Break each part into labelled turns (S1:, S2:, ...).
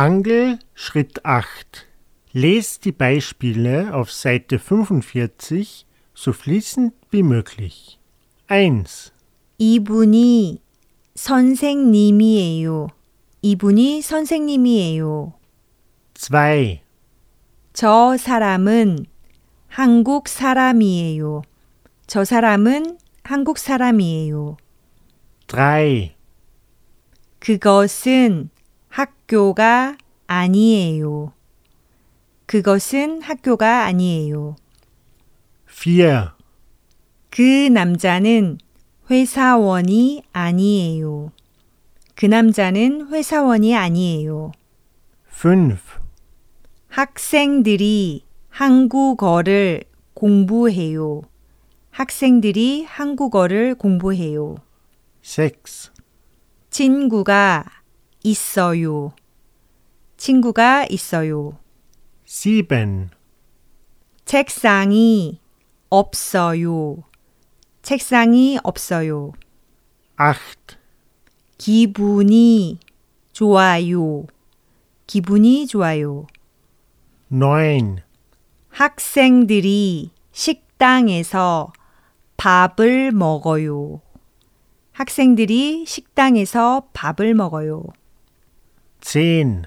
S1: Hangel Schritt 8. Lest die Beispiele auf Seite 45 so fließend wie möglich. 1.
S2: 이분이 선생님이에요. 이분이 선생님이에요.
S1: 2.
S2: 저 사람은 한국 사람이에요. 저 사람은 한국 사람이에요.
S1: 3.
S2: 그것은 학교가 아니에요. 그것은 학교가 아니에요.
S1: 4.
S2: 그 남자는 회사원이 아니에요. 그 남자는 회사원이 아니에요.
S1: 5.
S2: 학생들이 한국어를 공부해요. 학생들이 한국어를 공부해요.
S1: 6.
S2: 친구가 있어요. 친구가 있어요.
S1: 7.
S2: 책상이 없어요. 책상이 없어요.
S1: 8.
S2: 기분이 좋아요. 기분이 좋아요.
S1: 9.
S2: 학생들이 식당에서 밥을 먹어요. 학생들이 식당에서 밥을 먹어요.
S1: 10.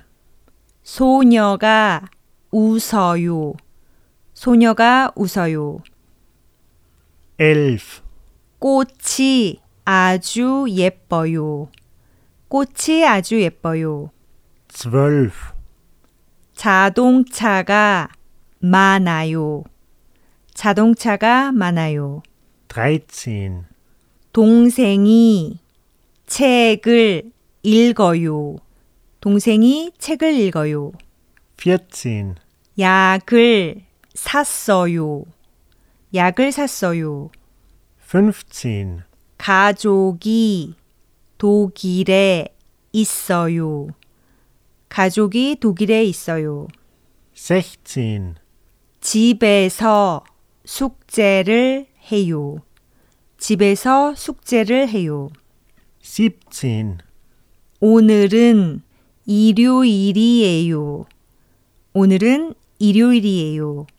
S2: 소녀가 웃어요. 소녀가 웃어요.
S1: 11.
S2: 꽃이 아주 예뻐요. 꽃이 아주 예뻐요.
S1: 12.
S2: 자동차가 많아요. 자동차가 많아요.
S1: 13.
S2: 동생이 책을 읽어요. 동생이 책을 읽어요.
S1: 14.
S2: 약을 샀어요. 약을 샀어요.
S1: 15.
S2: 가족이 독일에 있어요. 가족이 독일에 있어요.
S1: 16.
S2: 집에서 숙제를 해요. 집에서 숙제를 해요.
S1: 17.
S2: 오늘은 일요일이에요. 오늘은 일요일이에요.